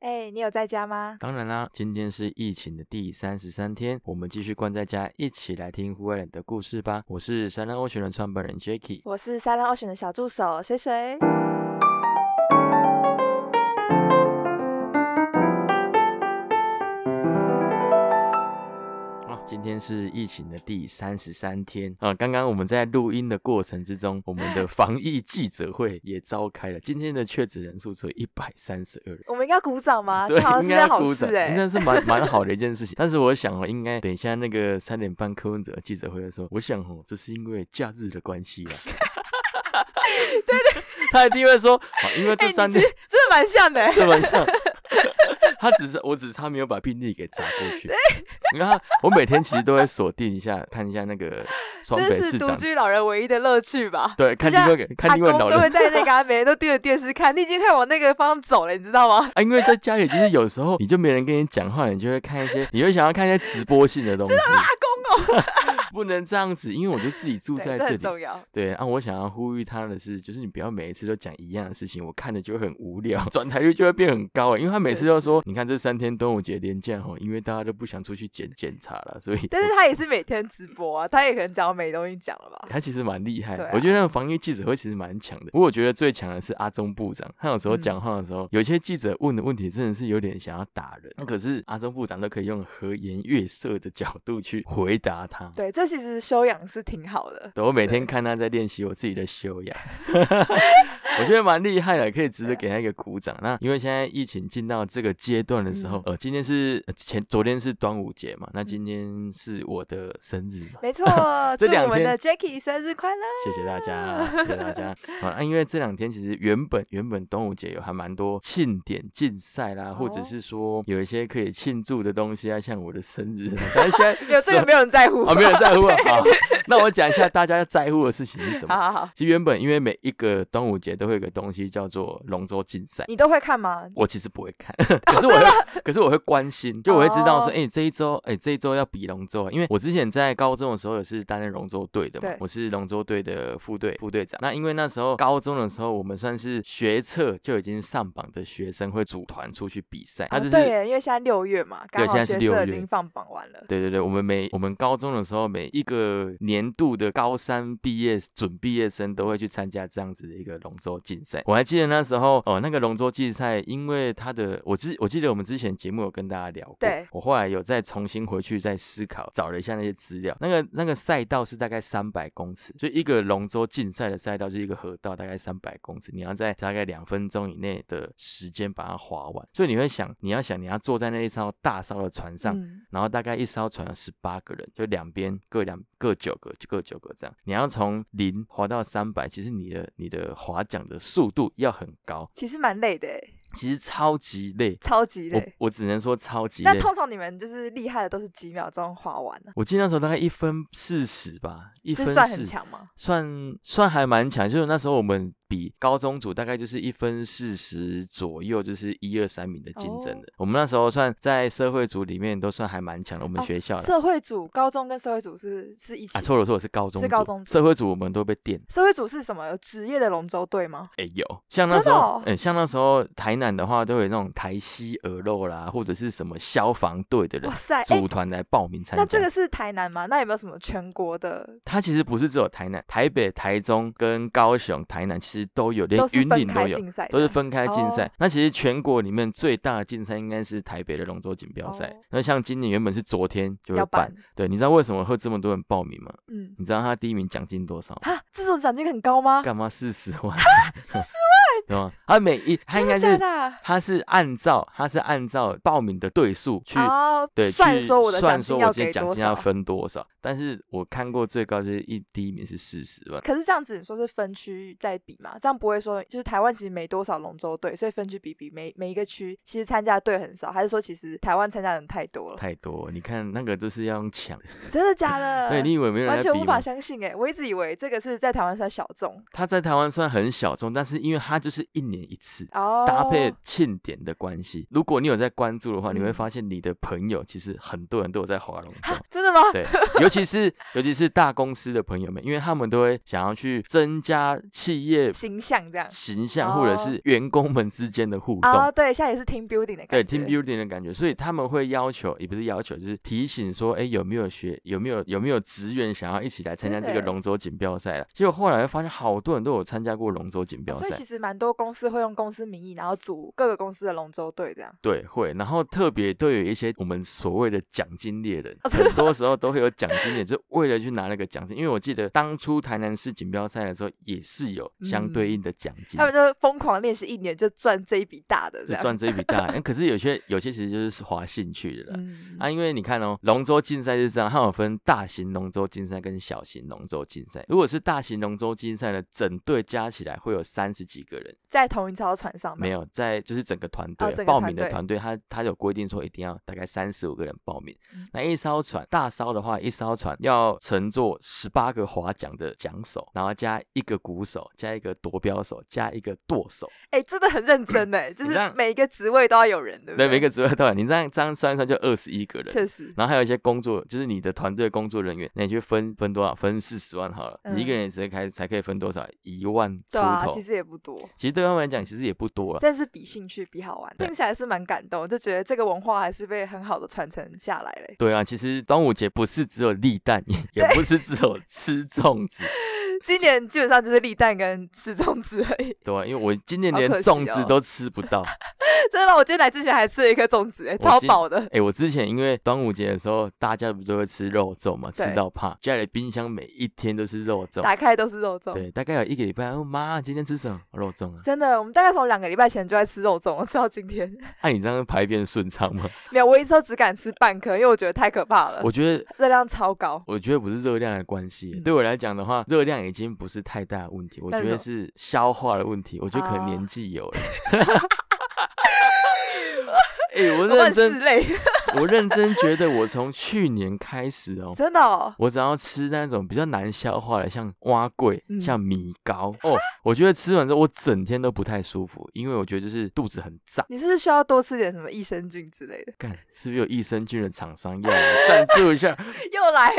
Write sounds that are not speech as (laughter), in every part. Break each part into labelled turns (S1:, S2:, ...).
S1: 哎、你有在家吗？
S2: 当然啦，今天是疫情的第三十三天，我们继续关在家，一起来听户外人的故事吧。我是三浪欧学人创办人 Jacky。
S1: 我是三浪 Ocean 的小助手水水。
S2: 啊，今天是疫情的第三十三天啊！刚刚我们在录音的过程之中，我们的防疫记者会也召开了。今天的确诊人数只有一百三十二人。
S1: 我们应该鼓掌
S2: (laughs)
S1: 吗？
S2: 对
S1: 啊这好，像
S2: 应
S1: 是
S2: 该
S1: 件
S2: 要
S1: 好
S2: 鼓掌，
S1: 事哎、
S2: 真的是蛮蛮好的一件事
S1: (laughs)
S2: 情。但是我想哦，应该等一下那个三点半柯文哲记者会的时候，我想哦，这是因为假日的关系啦。对对，他一定会说，啊、因
S1: (laughs)
S2: 为
S1: 哎、
S2: 这
S1: 你
S2: 三
S1: 这
S2: 天
S1: 真的蛮像的、
S2: 开玩笑，他只是我只差没有把病例给砸过去。你看他，我每天其实都会锁定一下，看一下那个 (laughs) 双
S1: 这
S2: 北
S1: 是
S2: 市
S1: 独
S2: 长，
S1: 居啊老人唯一的乐趣
S2: (laughs)
S1: 吧？
S2: 对，看
S1: 就像
S2: 另外一个看另外
S1: 阿
S2: 老
S1: 公都会
S2: 人 (laughs)
S1: 在那个、啊，每人都盯着电视看，你已经快往那个方向走了，你知道吗？
S2: 啊，因为在家里就是有时候你就没人跟你讲话，你就会看一些，你会想要看一些直播性的东西。
S1: 阿公哦，
S2: 不能这样子，因为我就自己住
S1: 对，
S2: 在
S1: 这很
S2: 里。
S1: 重要。
S2: 对啊，我想要呼吁他的是，就是你不要每一次都讲一样的事情，我看着就会很无聊， (laughs) 转台率就会变很高欸因为他每次都说，你看这三天端午节连假哦，因为大家都不想出去检检查了，所以
S1: 但是他也是每天直播啊，他也可能讲没东西讲了吧？
S2: (laughs) 他其实蛮厉害的。
S1: 对啊
S2: 我觉得那个防疫记者会其实蛮强的。不过我觉得最强的是阿中部长，他有时候
S1: 嗯
S2: 讲话的时候，有些记者问的问题真的是有点想要打人，可是阿中部长都可以用和颜悦色的角度去回答他。
S1: 对，这其实修养是挺好的。
S2: 对，我每天看他在练习我自己的修养， (laughs) 我觉得蛮厉害的，可以值得给他一个鼓掌。那因为现在疫情进到这个阶段的时候，呃，今天是呃前昨天是端午节嘛，那今天是我的生日嘛，，
S1: 没错祝
S2: (laughs) 这两
S1: 我们
S2: 天
S1: 的 Jacky 生日快乐！
S2: 谢谢大家，谢谢大家。好，那因为这两天其实原本原本端午节有还蛮多庆典竞赛啦，或者
S1: 哦
S2: 是说有一些可以庆祝的东西啊，像我的生日啊，但
S1: (laughs)
S2: 是现在 (laughs)
S1: 有这
S2: 所
S1: 个没有人在乎
S2: 啊，没有人在乎啊。好，那我讲一下大家在乎的事情是什么
S1: 好。好好，
S2: 其实原本因为每一个端午节都会有一个东西叫做龙舟竞赛。
S1: 你都会看吗？
S2: 我其实不会看，可是我会，可是我会关心，就我会知道说，
S1: 哦
S2: 哎、这一周，哎、这一周要比龙舟啊，因为我之前在高中的时候也是担任龙舟队的嘛
S1: 对，
S2: 我是龙舟队的副队副队长。那因为那时候高中的时候，我们算是学测就已经上榜的学生会组团出去比赛，他
S1: 哦
S2: 只是、
S1: 对耶，因为现在六月嘛，刚好
S2: 现在是
S1: 学
S2: 六
S1: 社
S2: 月
S1: 已经放榜完了。
S2: 对对对，我们每我们高中的时候，每一个年度的高三毕业准毕业生都会去参加这样子的一个龙舟竞赛。我还记得那时候哦，那个龙舟竞赛，因为它的我之我记得我们之前节目有跟大家聊过，
S1: 对
S2: 我后来有再重新回去再思考，找了一下那些资料，那个那个赛道是大概三百公尺，所以一个龙舟竞赛的赛道是一个河道，大概三百公尺，你要在大概两分钟以内的时间把它划完，所以你会想，你要想你要坐在那一艘大艘的船上。
S1: 嗯，
S2: 然后大概一艘船有十八个人，就两边各两各九个，就各九个这样。你要从零滑到三百，其实你的你的划桨的速度要很高，
S1: 其实蛮累的耶，
S2: 其实超级累。
S1: 超级
S2: 我
S1: 累。
S2: 我只能说超级
S1: 那
S2: 累。
S1: 通常你们就是厉害的都是几秒钟划完呢、
S2: 我记得那时候大概一分四十吧，一
S1: 这
S2: 分
S1: 算很
S2: 四
S1: 强吗？
S2: 算算还蛮强，就是那时候我们比高中组大概就是一分四十左右，就是一二三名的竞争
S1: 哦
S2: 的。我们那时候算在社会组里面都算还蛮强的，我们
S1: 哦
S2: 学校的。
S1: 社会组高中跟社会组是是一起
S2: 啊，。错了错了，是高中
S1: 是
S2: 组
S1: 高中组
S2: 社会组我们都被电
S1: 社会组是什么？有职业的龙舟队吗？
S2: 哎、有，像那
S1: 真
S2: 时
S1: 的
S2: 候，哎、
S1: 哦
S2: 像那时候台南的话，都有那种台西鹅肉啦，或者是什么消防队的人
S1: 哇塞，哎、
S2: 组团来报名参加。
S1: 那这个是台南吗？那有没有什么全国的？
S2: 它其实不是只有台南、台北、台中跟高雄、台南，其实都有，连
S1: 都是
S2: 云
S1: 分
S2: 林都
S1: 开
S2: 有。
S1: 竞赛的，
S2: 都是分开竞赛
S1: 哦
S2: 那其实全国里面最大的竞赛应该是台北的龙舟锦标赛
S1: 哦。
S2: 那、像今年原本是昨天就会
S1: 要
S2: 办
S1: 办，。
S2: 对，你知道为什么会这么多人报名吗？
S1: 嗯，
S2: 你知道他第一名奖金多少吗？
S1: 哈，这种奖金很高吗？
S2: 干嘛四十万？ (laughs) 四十万，对吗？他每一他应该
S1: 真
S2: 是
S1: 的啊假的
S2: 他是按照他是按照报名的对数去、
S1: 哦
S2: 对
S1: 算
S2: 去
S1: 说我的奖
S2: 算
S1: 金
S2: 说我
S1: 要
S2: 今天
S1: 给
S2: 奖
S1: 多
S2: 金要
S1: 少？
S2: 分多少，但是我看过最高就是一第一名是四十万，
S1: 可是这样子，你说是分区在比嘛？这样不会说，就是台湾其实没多少龙舟队，所以分区比比每每一个区其实参加的队很少，还是说其实台湾参加的人太多了？
S2: 太多了，你看那个都是要用抢的，
S1: 真的假的？
S2: 对，你以为没有
S1: 呃完
S2: 人在
S1: 全
S2: 比
S1: 无法
S2: 吗？
S1: 相信哎、我一直以为这个是在台湾算小众
S2: 他在台湾算很小众，但是因为他就是一年一次。
S1: 哦，
S2: 搭配庆典的关系，如果你有在关注的话，你会
S1: 嗯
S2: 发现你的朋友其实很多人都有在划龙舟
S1: 哈，真的吗？
S2: (laughs) 对，尤其是尤其是大公司的朋友们，因为他们都会想要去增加企业
S1: 形象这样
S2: 形象，或
S1: 哦
S2: 者是员工们之间的互动。
S1: 啊，对，现在也是 team building 的感觉，
S2: 对 team building 的感觉，所以他们会要求，也不是要求，就是提醒说，哎，有没有学，有没有有没有职员想要一起来参加这个
S1: 对
S2: 龙舟锦标赛了？结果后来会发现，好多人都有参加过龙舟锦标
S1: 哦所以
S2: 赛
S1: 其，实蛮多公司会用公司名义，然后组各个公司的龙舟队这样。
S2: 对，会，然后特别都有一些我们所谓的奖金猎人，
S1: 哦
S2: 很多时候都会有奖金猎人，就为了去拿那个奖金。因为我记得当初台南市锦标赛的时候，也是有相对应的奖金。
S1: 嗯他们就疯狂练习一年，就赚这一笔大的这
S2: 就
S1: 样。
S2: 赚这一笔
S1: (laughs)
S2: 大，可是有些有些其实就是滑兴趣的啦，
S1: 嗯，
S2: 啊，因为你看哦，龙舟竞赛是这样，它有分大型龙舟竞赛跟小型龙舟竞赛。如果是大型龙舟竞赛呢，整队加起来会有三十几个人，
S1: 在同一艘船上吗
S2: 没有在就是整个团队、啊
S1: 哦整个
S2: 报名的团
S1: 团
S2: 队，它它有规定说一定要大概三十五个人报名。
S1: 嗯
S2: 那一艘船大艘的话，一艘船要乘坐十八个划桨的桨手，然后加一个鼓手，加一个夺标手，加一个舵手。
S1: 哎、真的很认真哎，就
S2: 你
S1: 是
S2: 这样
S1: 每一个职位都要有人，对不
S2: 对，
S1: 对？
S2: 每个职位都有，你这样这样算一算就二十一个人。
S1: 确实，
S2: 然后还有一些工作，就是你的团队工作人员，那你去分分多少？分四十万好了，你一个
S1: 嗯
S2: 人也才开才可以分多少？一万出
S1: 对啊，
S2: 头。
S1: 其实也不多，
S2: 其实对他们来讲，其实也不多了。
S1: 但是比兴趣比好玩，
S2: 对
S1: 听起来是蛮感动，就觉得这个文化还是被很好的传承下来嘞。
S2: 对啊，其实端午节不是只有立蛋，也也不是只有吃粽子，
S1: 今年基本上就是立蛋跟吃粽子而已，
S2: 对啊，因为我今年
S1: 好
S2: 连
S1: 可惜
S2: 粽子
S1: 哦
S2: 都吃
S1: (laughs)
S2: 不到。
S1: 真的，我今天来之前还吃了一颗粽子，哎，
S2: 我
S1: 超
S2: 今
S1: 饱的。
S2: 哎、我之前因为端午节的时候，大家不都会吃肉粽嘛，吃
S1: 对
S2: 到怕，家里冰箱每一天都是肉粽。
S1: 打开都是肉粽，
S2: 对，大概有一个礼拜，哦妈，今天吃什么？肉粽啊。
S1: (laughs) 真的，我们大概从两个礼拜前就在吃肉粽了，吃到今天。
S2: 那、啊你这样排便顺畅吗？
S1: 没有，我一周只敢吃半颗，因为我觉得太可怕了，
S2: 我觉得
S1: 热量超高。
S2: 我觉得不是热量的关系，
S1: 嗯
S2: 对我来讲的话，热量已经不是太大的问题，我
S1: 那
S2: 觉
S1: 是
S2: 得是消化的问题，我觉得可能
S1: 啊
S2: 年
S1: (laughs)
S2: 纪有了。哎、我
S1: 我
S2: 认
S1: 很室
S2: 真，
S1: 内，
S2: (laughs) 我认真觉得我从去年开始哦，
S1: 真的、哦。
S2: 我只要吃那种比较难消化的，像蛙桂、
S1: 嗯
S2: 像米糕哦，我觉得吃完之后我整天都不太舒服，因为我觉得就是肚子很胀。
S1: 你是不是需要多吃点什么益生菌之类的？
S2: 干，是不是有益生菌的厂商要我赞助一下？
S1: (laughs) 又
S2: (laughs)
S1: 来，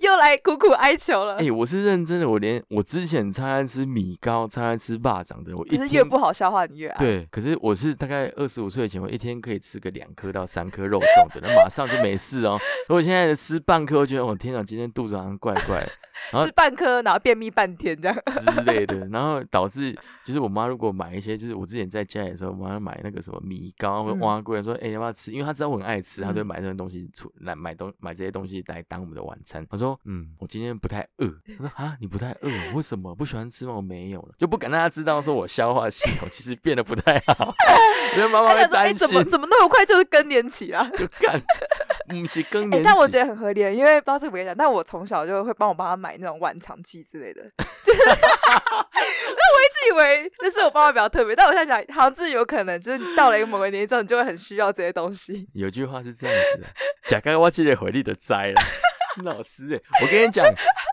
S1: 又来苦苦哀求了，
S2: 哎、我是认真的，我连我之前超爱吃米糕、超爱吃霸掌的，我一
S1: 只是
S2: 天
S1: 越不啊好消化，你越爱。
S2: 对，可是我是大概二十五岁前，我一天可以吃个两颗到三颗肉粽的，那马上就没事哦。如果现在吃半颗，我觉得我、哦、天哪，今天肚子好像怪怪的然后
S1: 吃半颗，然后便秘半天这样。
S2: (laughs) 之类的，然后导致就是我妈如果买一些，就是我之前在家里的时候，我妈买那个什么米糕或
S1: 嗯
S2: 蛙龟，说哎、要不要吃，因为她知道我很爱吃，她就会
S1: 嗯
S2: 买这种东西出来买东买这些东西来当我们的晚餐。我说嗯，我今天不太饿。她说啊，你不太饿哦，为什么不喜欢吃吗？我没有了，就不敢让她知道说我消化系统其实变得不太好， (laughs) 因为妈妈
S1: 他
S2: 会
S1: 想说，哎、
S2: 担心
S1: 怎，么怎么那么快就是更年期啦？
S2: 就干， (laughs) 不是更
S1: 哎、
S2: 年期。
S1: 但我觉得很合理，因为不知道这个我跟你讲，但我从小就会帮我妈买那种晚肠剂之
S2: (laughs)
S1: 类的， (laughs) 就是那我一直以为那是我爸妈比较特别，但我现在想，好像自己有可能就是你到了一个某个年纪之后，你就会很需要这些东西。
S2: 有句话是这样子的：假该我记得回你的灾了。 (laughs) 老师、欸，我跟你讲，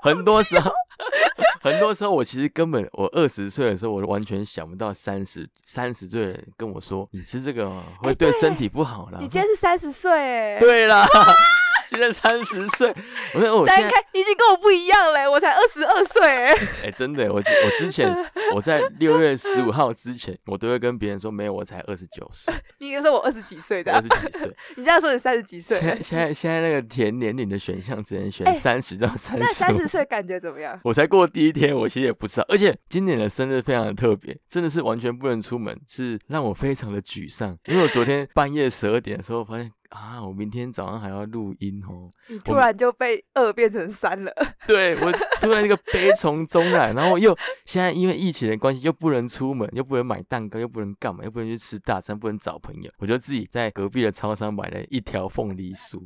S2: 很多时候， (laughs) 很多时候，我其实根本我二十岁的时候，我完全想不到三十三十岁的人跟我说，你吃这个哦会对身体不好啦。
S1: 你今天是三十岁，哎，
S2: 对啦， (laughs) 今天三十岁，我说我
S1: 三
S2: 现在
S1: 开，你已经跟我不一样嘞，我才二十二岁，
S2: (laughs)
S1: 哎，
S2: 哎、真的欸，我之我之前我在六月十五号之前，我都会跟别人说，没有，我才二十
S1: (laughs)
S2: 九岁，
S1: 你就说我二十几岁
S2: 我
S1: 的
S2: 二
S1: 啊，
S2: 十几岁。
S1: (laughs) 你现在说你三十几岁
S2: 现，在现在现在那个填年龄的选项只能选
S1: 哎
S2: 三十到三
S1: (laughs) 那三
S2: 十
S1: 十岁感觉怎么 (laughs) 样？
S2: 我才过第一天，我其实也不知道。而且今年的生日非常的特别，真的是完全不能出门，是让我非常的沮丧。因为我昨天半夜十二点的时候发现啊，我明天早上还要录音哦。
S1: 你突然就被二变成三了，
S2: 对我突然一个悲从中来，然后又现在因为疫情的关系，又不能出门，又不能买蛋糕，又不能干嘛，又不能去吃大餐，不能找朋友，我就自己在隔壁的超商买了一条凤梨酥。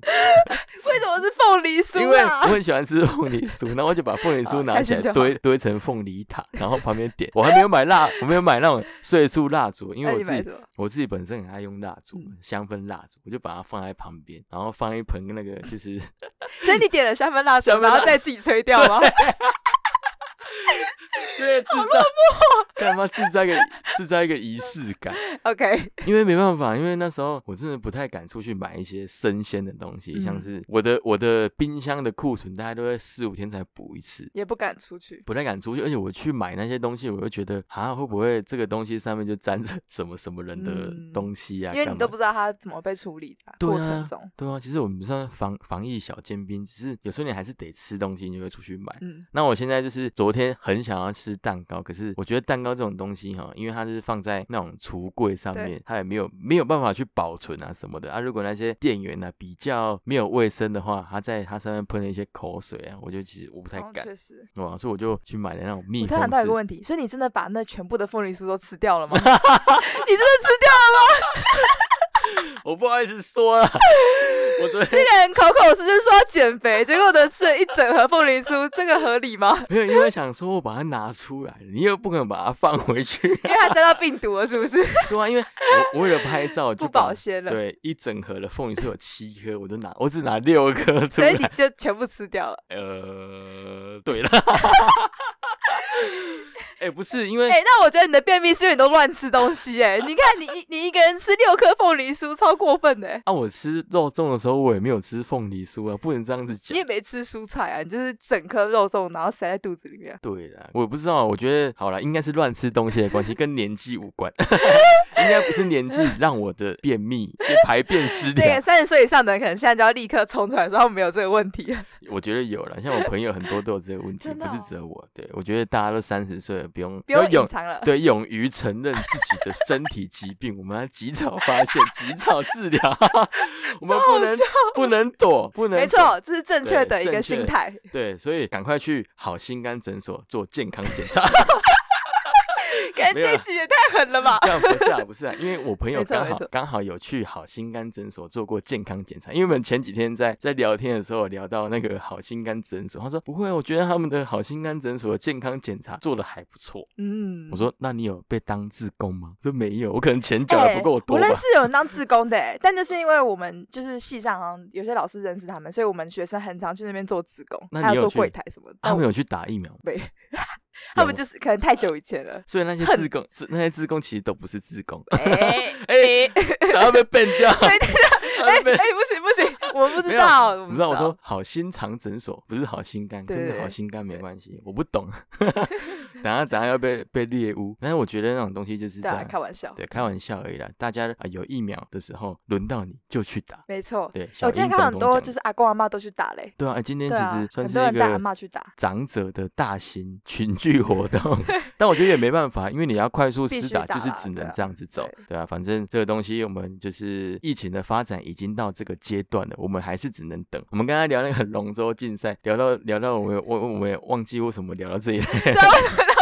S1: 为什么是凤梨酥
S2: (laughs) 因为
S1: 啊
S2: 我？很喜欢吃凤梨酥，然后我就把凤梨酥
S1: 好
S2: 拿
S1: 开
S2: 起来
S1: 心就好
S2: 堆堆成凤梨塔，然后旁边点。我还没有买蜡，我没有买那种岁数蜡烛，因
S1: 那
S2: 为我
S1: 你
S2: 自
S1: 买
S2: 己
S1: 什么？
S2: 我自己本身很爱用蜡烛
S1: 嗯，
S2: 香氛蜡烛，我就把它放在旁边，然后放一盆那个就是 (laughs)
S1: 所以你点了香氛蜡烛
S2: 香，氛
S1: 然
S2: 蜡
S1: 后再自己吹掉吗？
S2: (laughs) 就是制造干嘛制造一个制造一个仪式感。
S1: 哎、 (laughs) OK，
S2: 因为没办法，因为那时候我真的不太敢出去买一些生鲜的东西，
S1: 嗯
S2: 像是我的我的冰箱的库存大概都在四五天才补一次。
S1: 也不敢出去。
S2: 不太敢出去，而且我去买那些东西，我又觉得啊，会不会这个东西上面就沾着什么什么人的
S1: 嗯
S2: 东西啊？
S1: 因为
S2: 干
S1: 你
S2: 嘛
S1: 都不知道它怎么被处理的啊、
S2: 对啊
S1: 过程中，
S2: 对啊，其实我们算防防疫小尖兵，只是有时候你还是得吃东西，你就会出去买。
S1: 嗯，
S2: 那我现在就是昨天很想要吃蛋糕，可是我觉得蛋糕这种东西哈，因为它是放在那种橱柜上面
S1: 对，
S2: 它也没有没有办法去保存啊什么的啊。如果那些店员呢、比较没有卫生的话，他在它上面喷了一些口水啊，我就其实我不太
S1: 哦
S2: 敢，
S1: 确实。
S2: 哇，所以我就去买了那种密
S1: 我
S2: 封
S1: 突然到一
S2: 式
S1: 个。问题，所以你真的把那全部的凤梨酥都吃掉 (laughs) 了吗？你真的吃掉了 (laughs) 吗？
S2: 我不好意思说了， (laughs) 我昨天
S1: 这个人口口声声说要减肥，结果呢吃了一整盒凤梨酥，这个合理 (laughs) 吗？
S2: 没有，因为想说我把它拿出来，你又不可能把它放回去，
S1: 因为它沾到病毒了，是不是？
S2: 对啊，因为 (laughs) 我我为了拍照我就
S1: 不
S2: 把
S1: 保鲜了，
S2: 对，一整盒的凤梨酥有七颗，我就拿，我只拿六颗出
S1: 所以你
S2: 来。
S1: 就全部吃掉了。
S2: 呃，对了， (laughs) 哎、不是因为、
S1: 哎、那我觉得你的便秘是因为你都乱吃东西
S2: (laughs)
S1: 哎、你看你一你一个人吃六颗凤梨酥，超过分的、哎
S2: 啊，我吃肉粽的时候，我也没有吃凤梨酥啊，不能这样子
S1: 你
S2: 讲
S1: 也。没吃蔬菜啊，你就是整颗肉粽然后塞在肚子里面。
S2: 对啦，我不知道，我觉得好了，应该是乱吃东西的关系，跟年纪无关， (laughs) 应该不是年纪让我的便秘排便失
S1: 对，啊
S2: 调，
S1: 三十岁以上的人可能现在就要立刻冲出来说他们没有这个问题
S2: (laughs)
S1: 了。
S2: 我觉得有了，像我朋友很多都有这个问题，
S1: 真的
S2: 不是
S1: 哦
S2: 只有我。对，我觉得大家都三十岁了，不用
S1: 不用
S2: 勇
S1: 隐藏了。
S2: 对，勇于承认自己的身体疾病，我们要及早发现，及早治疗。 (laughs) 我们不能不能躲，不能
S1: 没
S2: 躲。
S1: 错，这是正确的一
S2: 对
S1: 个
S2: 正确
S1: 心
S2: (laughs)
S1: 态。
S2: 对，所以赶快去好心肝诊所做健康检查。
S1: 感
S2: 没
S1: 觉
S2: 有啊
S1: 这一集
S2: 啦
S1: 也太狠了吧！
S2: (laughs) 这样不是啊，不是啊，因为我朋友
S1: 没错
S2: 刚
S1: 没
S2: 好
S1: 错
S2: 刚好有去好心肝诊所做过健康检查，因为我们前几天在在聊天的时候聊到那个好心肝诊所，他说不会，啊我觉得他们的好心肝诊所的健康检查做的还不错。
S1: 嗯
S2: 我说那你有被当志工吗？这没有，我可能钱缴的不够多
S1: 我
S2: 吧。
S1: 认识有人当志工的、欸，但就是因为我们就是系上好像有些老师认识他们，所以我们学生很常去那边做志工，
S2: 那你
S1: 还
S2: 有
S1: 做
S2: 去
S1: 柜台什么的。
S2: 啊他们有去打疫苗吗，
S1: 没，
S2: 有
S1: 他
S2: 吗。
S1: 们就是可能太久以前了
S2: (laughs) 所以那些
S1: 恨
S2: 自工，是那些自工其实都不是自工， (laughs)
S1: 哎
S2: 哎、然后被变掉，
S1: 对对
S2: 对
S1: 哎，不行不行，我们不
S2: 没
S1: 知
S2: 有
S1: 道。啊我
S2: 你
S1: 不
S2: 知道我说好心肠诊所不是好心肝，
S1: 对
S2: 跟
S1: 对
S2: 着
S1: 对
S2: 好心肝没关系，我不懂。 (laughs) 等下等下要被被猎污，但是我觉得那种东西就是这
S1: 对啊，
S2: 样，
S1: 开玩笑。
S2: 对，开玩笑而已啦。大家啊、有疫苗的时候，轮到你就去打。
S1: 没错，
S2: 对，
S1: 哎
S2: 小
S1: 我今
S2: 英
S1: 天看到
S2: 总
S1: 很
S2: 统
S1: 多
S2: 讲
S1: 就
S2: 的，
S1: 是阿公阿妈都去打嘞。
S2: 对啊，今天
S1: 对
S2: 其
S1: 啊，
S2: 实算
S1: 很
S2: 是
S1: 多
S2: 一
S1: 人带阿
S2: 个
S1: 妈去
S2: (laughs)
S1: 打，
S2: 长者的大型群聚活动， (laughs) 但我觉得也没办法，因为你要快速
S1: (laughs) 必
S2: 施
S1: 须
S2: 打，
S1: 打
S2: 就是
S1: 啦
S2: 只
S1: 对
S2: 能
S1: 啊
S2: 这样子走，
S1: 对
S2: 对啊，反正这个东西我们就是疫情的发展已经到这个阶段了，我们还是只能等。我们刚才聊那个龙舟竞赛，聊到聊到我我我我也忘记为什么聊到这里来，
S1: 对啊，为什么聊这个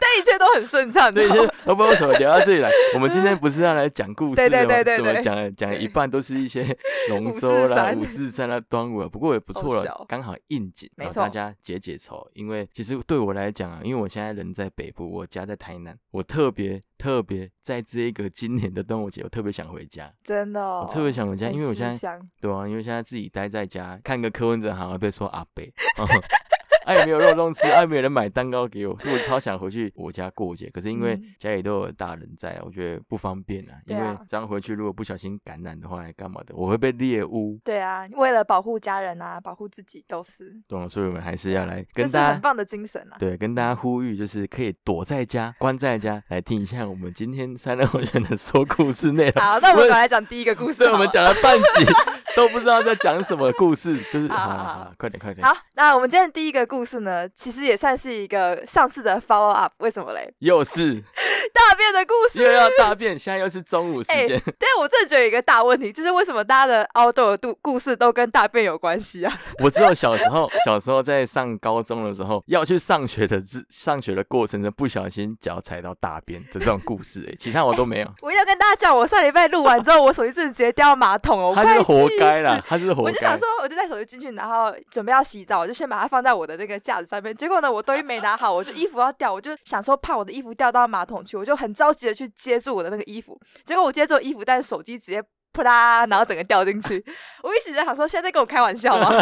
S1: 但一切都很顺
S2: (laughs)
S1: 畅，
S2: 对，
S1: 你知
S2: 就
S1: 道
S2: 是
S1: 吗
S2: 我不知道为什么聊到这里来。我们今天不是要来讲故事
S1: 对
S2: 的
S1: 对
S2: 吗？
S1: 对对
S2: 怎么
S1: 对
S2: 讲了讲了一半都是
S1: (laughs)
S2: 一些龙
S1: 五
S2: 舟
S1: 四
S2: 啦、
S1: 三
S2: 五四三啦、端午啊，不过也不
S1: 好
S2: 错了
S1: 笑，
S2: 刚好应景，
S1: 没
S2: 然后大
S1: 错
S2: 家解解愁。因为其实对我来讲啊，因为我现在人在北部，我家在台南，我特别特别在这一个今年的端午节，我特别想回家，
S1: 真的哦。
S2: 我特别想回家，
S1: 很
S2: 因为我现
S1: 思
S2: 在
S1: 乡
S2: 对啊，因为现在自己待在家，看个柯文哲好像被说阿北。嗯啊也没有肉粽吃，啊也没有人买蛋糕给我，所以我超想回去我家过节。可是因为
S1: 嗯
S2: 家里都有大人在，啊我觉得不方便啊。因
S1: 对啊
S2: 为这样回去如果不小心感染的话，还干嘛的？我会被猎污，
S1: 对啊，为了保护家人啊，保护自己都是，
S2: 懂吗？啊所以我们还是要来
S1: 这
S2: 跟
S1: 是
S2: 大
S1: 很
S2: 家。
S1: 棒的精神啊。
S2: 对，跟大家呼吁，就是可以躲在家、关在家，来听一下我们今天三六文学的说故事内容。 (laughs)
S1: 好，那我
S2: 我
S1: 们赶快讲第一个故事
S2: 所以
S1: 好了。
S2: 我们讲了半集都不知道在讲什么故事，就是
S1: 好
S2: 好
S1: 好
S2: 了
S1: 好
S2: 好了，快点快点，
S1: 好，那我们今天的第一个故事呢，其实也算是一个上次的 follow up。为什么嘞？
S2: 又是
S1: 大便的故事。
S2: (laughs) 又要大便，现在又是中午时
S1: 哎
S2: 间， (laughs)
S1: 但我真的觉得有一个大问题，就是为什么大家的 outdoor 故故事都跟大便有关系啊？ (laughs)
S2: 我只有小时候，小时候在上高中的时候，要去上学的之上学的过程中，不小心脚踩到大便的这种故事、欸，其他我都
S1: (laughs)
S2: 没有。
S1: 我一定要跟大家讲，我上礼拜录完之后，我手机真的直接掉到马桶哦，我
S2: 他
S1: 快
S2: 是活
S1: 气
S2: 该
S1: 死
S2: 啦，他是活
S1: 我就
S2: 该
S1: 想。说，我就带手机进去，然后准备要洗澡，我就先把它放在我的那个架子上面。结果呢，我东西没拿好，我就衣服要掉，我就想说怕我的衣服掉到马桶去，我就很着急的去接住我的那个衣服。结果我接住衣服，但是手机直接扑啦，然后整个掉进去。我一时在想说，现在在跟我开玩笑吗？ (laughs)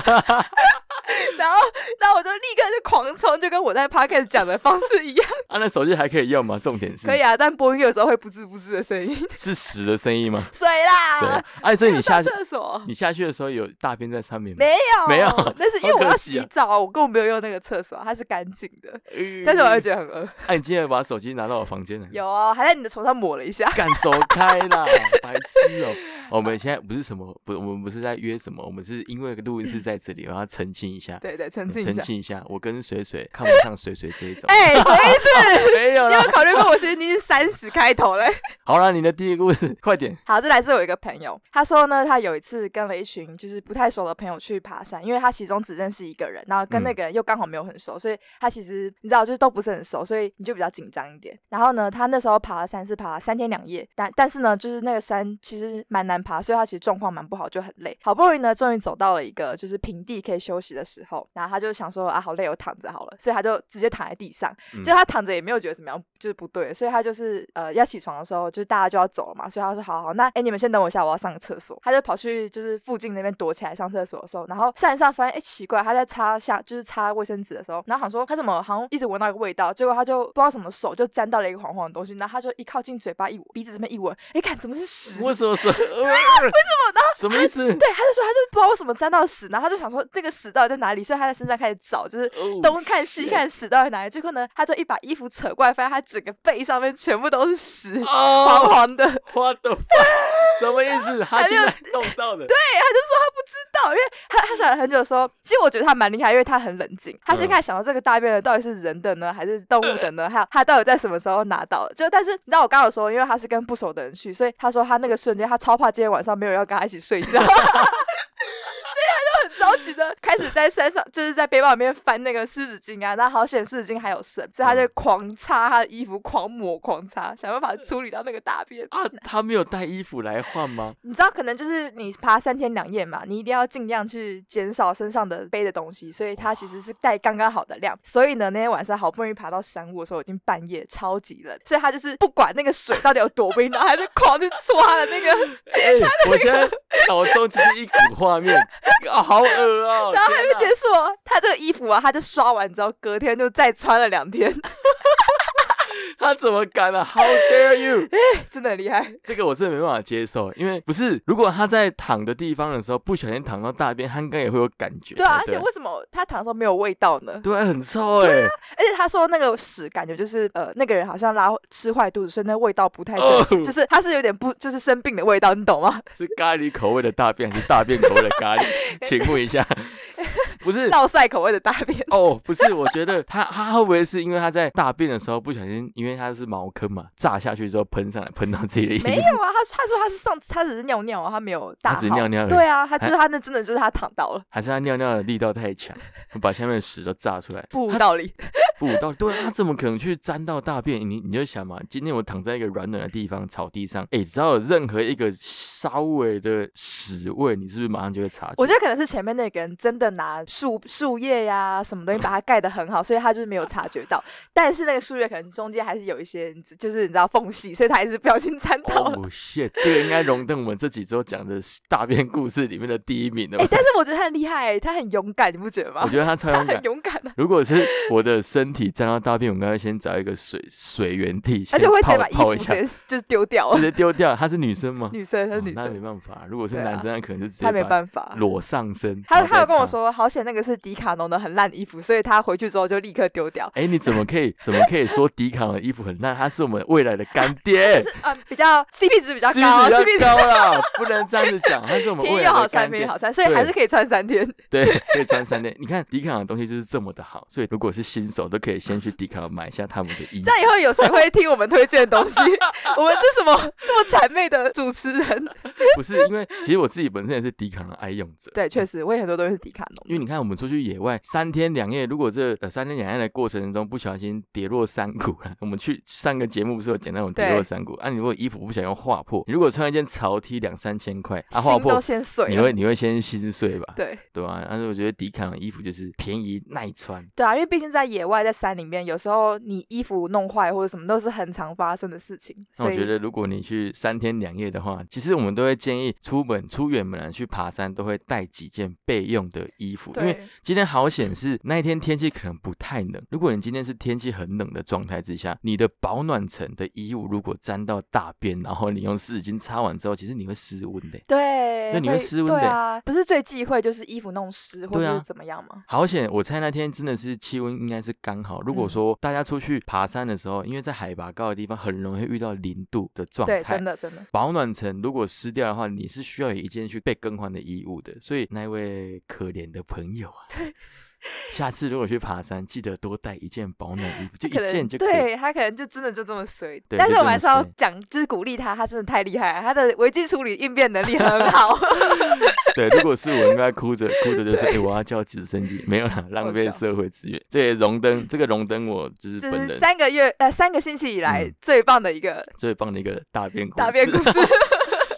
S1: 然后，然后我就立刻就狂冲，就跟我在 podcast 讲的方式一样。
S2: 啊，那手机还可以用吗？重点是
S1: 可以啊，但播音有时候会不滋不滋的声音， (laughs)
S2: 是屎的声音吗？
S1: 水啦，
S2: 对，哎，所以你下
S1: 上
S2: 去，
S1: 厕所
S2: 你下去的时候有大便在上面吗？
S1: (laughs) 没有
S2: 没有
S1: 那是因为
S2: 好
S1: 我
S2: 可
S1: 要
S2: 惜啊
S1: 洗澡，我根本没有用那个厕所，它是干净的，
S2: 呃
S1: 但是我会觉得很恶。
S2: 哎，你竟然把手机拿到我房间来，
S1: (laughs) 有啊，还在你的头上抹了一下。
S2: 敢走开 (laughs) 啦，白痴哦、我
S1: 啊
S2: 们现在不是什么，不，我们不是在约什么，我们是因为录音室在这里，我要澄清一下，
S1: 对对，沉浸一
S2: 澄
S1: 下。
S2: 清一下，我跟水水看不上水水这一种，
S1: 哎，什么意思？
S2: 没有
S1: 你有
S2: 啦
S1: 没。有考虑过我其实已经是三十开头嘞？
S2: 好啦，你的第一个
S1: (laughs)
S2: 故事，快点。
S1: 好，这来自我一个朋友，他说呢，他有一次跟了一群就是不太熟的朋友去爬山，因为他其中只认识一个人，然后跟那
S2: 嗯
S1: 个人又刚好没有很熟，所以他其实你知道，就是都不是很熟，所以你就比较紧张一点。然后呢，他那时候爬了山是爬了三天两夜，但但是呢，就是那个山其实蛮难爬，所以他其实状况蛮不好，就很累。好不容易呢，终于走到了一个就是平地可以休息的时候，然后他就想说啊，好累，我躺着好了，所以他就直接躺在地上，就他躺着也没有觉得怎么样，就是不对，所以他就是呃要起床的时候，就是大家就要走了嘛，所以他说好好，那哎、诶你们先等我一下，我要上个厕所。他就跑去就是附近那边躲起来上厕所的时候，然后上一上发现哎、诶奇怪，他在擦下就是擦卫生纸的时候，然后想说他怎么好像一直闻到一个味道，结果他就不知道什么手就沾到了一个黄黄的东西，然后他就一靠近嘴巴一鼻子这边一闻，哎、看怎么是屎？
S2: 为什么是？为什么呢？什么意思？
S1: 对，他就说他就不知道为什么沾到屎，然后他就想说那个屎到底在哪里，所以他在身上开始找，就是 (laughs)
S2: 哦
S1: 东看西看屎到底哪里，结果呢，他就一把衣服扯过来，发现他整个背上面全部都是屎， (laughs) 黄
S2: 哦
S1: 黄的。对，
S2: ，what the fuck？什么意
S1: (laughs)
S2: 思？他
S1: 还没
S2: 竟
S1: 有
S2: 然弄到
S1: 他
S2: 的，
S1: 就说他不知道，因为他他想了很久说，其实我觉得他蛮厉害，因为他很冷静，他先
S2: 嗯
S1: 开始想到这个大便的到底是人的呢，还是动物的呢？还有他到底在什么时候拿到的？就但是你知道我刚刚有说，因为他是跟不熟的人去，所以他说他那个瞬间他超怕今天晚上没有人要跟他一起睡觉。 (laughs) 很着急的开始在山上，就是在背包里面翻那个湿纸巾啊，那好险湿纸巾还有剩，所以他就
S2: 嗯
S1: 狂擦他的衣服，狂抹狂擦，想办法处理到那个大便。
S2: 啊，他没有带衣服来换吗？
S1: 你知道，可能就是你爬三天两夜嘛，你一定要尽量去减少身上的背的东西，所以它其实是带刚刚好的量。所以呢，那天晚上好不容易爬到山屋的时候，已经半夜，超级冷，所以他就是不管那个水到底有多冰，然后他就狂去搓 (laughs) 他的那个
S2: 哎、我现在脑中就是一股画面，啊，好恶哦、
S1: (laughs) 然后还
S2: 天
S1: 没
S2: 哪
S1: 结束哦，他这个衣服啊，他就刷完之后，隔天就再穿了两天， (laughs)
S2: (laughs) 他怎么敢啊？How
S1: (laughs)
S2: dare you！
S1: 真的很厉害。
S2: 这个我真的没办法接受，因为不是，如果他在躺的地方的时候不小心躺到大便，他应该也会有感觉才。
S1: 对啊，而且为什么他躺的时候没有味道呢？
S2: 对啊，很臭哎、
S1: (laughs) 而且他说那个屎感觉就是呃，那个人好像拉吃坏肚子，所以那味道不太正常，
S2: 哦
S1: 就是他是有点不就是生病的味道，你懂吗？
S2: 是咖喱口味的大便还是大便口味的
S1: (laughs)
S2: 咖喱？请问一下，不是
S1: 落塞口味的大
S2: (laughs)
S1: 便。
S2: 哦，不是，我觉得他他会不会是因为他在大便的时候不小心，因为他是茅坑嘛，炸下去之后喷上来，喷到自己的衣服
S1: 没，有啊，他他说他是上他只是尿尿啊，他没有大
S2: 他
S1: 号。
S2: 只是尿尿而已
S1: 对啊，他就是他那真的就是他躺倒了，
S2: 还是他尿尿的力道太强，把下面的屎都炸出来？
S1: 不无道理。
S2: 不到，对啊，他怎么可能去沾到大便？你你就想嘛，今天我躺在一个软软的地方，草地上，哎，只要有任何一个稍微的屎味，你是不是马上就会察觉？
S1: 我觉得可能是前面那个人真的拿树树叶呀、什么东西把它盖得很好，所以他就是没有察觉到。但是那个树叶可能中间还是有一些，你知就是你知道缝隙，所以他还是不小心沾到了。
S2: 哦、shit，这个应该荣登我们这几周讲的大便故事里面的第一名的吧
S1: 哎、？但是我觉得他很厉害、欸他很勇敢，你不觉得吗？
S2: 我觉得他超勇
S1: 他 (laughs)
S2: 敢
S1: 很。勇敢啊的、
S2: 如果是我的身体沾到大便，我应该会先找一个水水源地，
S1: 而且我会直
S2: 先
S1: 接
S2: 泡
S1: 把衣
S2: 泡
S1: 服
S2: 一
S1: 直
S2: 下，
S1: 接就是丢掉
S2: 直。接丢掉。她是女生吗？
S1: (laughs) 女生，她是
S2: 哦
S1: 女
S2: 那没
S1: 生，
S2: 办法。如果是
S1: 对啊
S2: 男生，他可能就直
S1: 他没
S2: 接把
S1: 办法。啊
S2: 裸上身。
S1: 他
S2: 然后
S1: 他有
S2: 再
S1: 跟我
S2: 擦，
S1: 说，好险那个是迪卡侬的很烂的衣服，所以他回去之后就立刻丢 (laughs) 掉。
S2: 哎，你怎么可以怎么可以说迪卡侬的衣服很烂？他是我们未来的
S1: (laughs)
S2: 干爹，
S1: 是啊、比较 CP 值比 (laughs) 较
S2: 是不
S1: 高
S2: 是
S1: ，CP
S2: 比
S1: 值
S2: 较高啦，不能这样子讲，他是我们
S1: 便
S2: 未
S1: 宜又
S2: 来
S1: 好
S2: 的
S1: 穿，
S2: 干
S1: 便宜
S2: 爹
S1: 又。好穿，所以
S2: 对
S1: 还是可以穿三天。
S2: 对，可以穿三天。你看迪卡侬的东西就是这么的好，所以如果是新手都可以先去迪卡侬买一下他们的衣服
S1: 这。样以后有谁会听我们推荐的东 (laughs) 西？我们这什么这么谄媚的主持 (laughs) 人？
S2: 不是因为其实我自己本身也是迪卡侬的爱用者。
S1: 对，确实，我也很多东西是迪卡
S2: 因为
S1: 侬。
S2: 你看，我们出去野外三天两夜，如果这呃三天两夜的过程中不小心跌落山谷了，我们去上个节目不是有讲那种跌落山谷？啊，你如果衣服不小心划破，你如果穿一件潮 T 两三千块，啊划
S1: 心都
S2: 破，
S1: 先 (laughs) 碎
S2: 你
S1: 了
S2: 会。你会先心碎吧？
S1: 对
S2: 对吧、但是我觉得迪卡侬衣服就是便宜耐穿，
S1: 对啊，因为毕竟在野外，在山里面，有时候你衣服弄坏或者什么，都是很常发生的事情。
S2: 那
S1: 所
S2: 我觉
S1: 以
S2: 得如果你去三天两夜的话，其实我们都会建议出门出远门的人啊去爬山都会带几件备用的衣服，因为
S1: 对，
S2: 今天好险是那一天天气可能不太冷。如果你今天是天气很冷的状态之下，你的保暖层的衣物如果沾到大便，然后你用湿纸巾擦完之后，其实你会失温的。
S1: 对，
S2: 那你
S1: 会
S2: 会失温
S1: 对
S2: 的
S1: 啊，不是最忌讳就是衣服弄湿或
S2: 对
S1: 是
S2: 啊
S1: 怎么样吗？
S2: 好险！我猜那天真的是气温应该是刚好。如果
S1: 嗯
S2: 说大家出去爬山的时候，因为在海拔高的地方很容易遇到零度的状
S1: 对，
S2: 态
S1: 真，的真的，
S2: 保暖层如果湿掉的话，你是需要有一件去被更换的衣物的。所以那一位可怜的朋友啊，下次如果去爬山，记得多带一件保暖衣服，就
S1: 可
S2: 一
S1: 能
S2: 件就可以。
S1: 对他可能就真的就这么衰，
S2: 对
S1: 但
S2: 就是这
S1: 我们
S2: 么
S1: 还是要
S2: 衰
S1: 讲，就是鼓励他，他真的太厉害了，他的危机处理应变能力很
S2: (laughs)
S1: 好。
S2: 对，如果是我，应该哭着哭着就说：“哎、
S1: 对
S2: 我要叫直升机。”没有啦，浪费
S1: 笑
S2: 社会资源。这个荣登，这个荣登我就是
S1: 这
S2: 本
S1: 是
S2: 人
S1: 三个月呃三个星期以来
S2: 嗯
S1: 最棒的一个
S2: 最棒的一个大便故事。
S1: 答辩故
S2: (laughs)
S1: 事。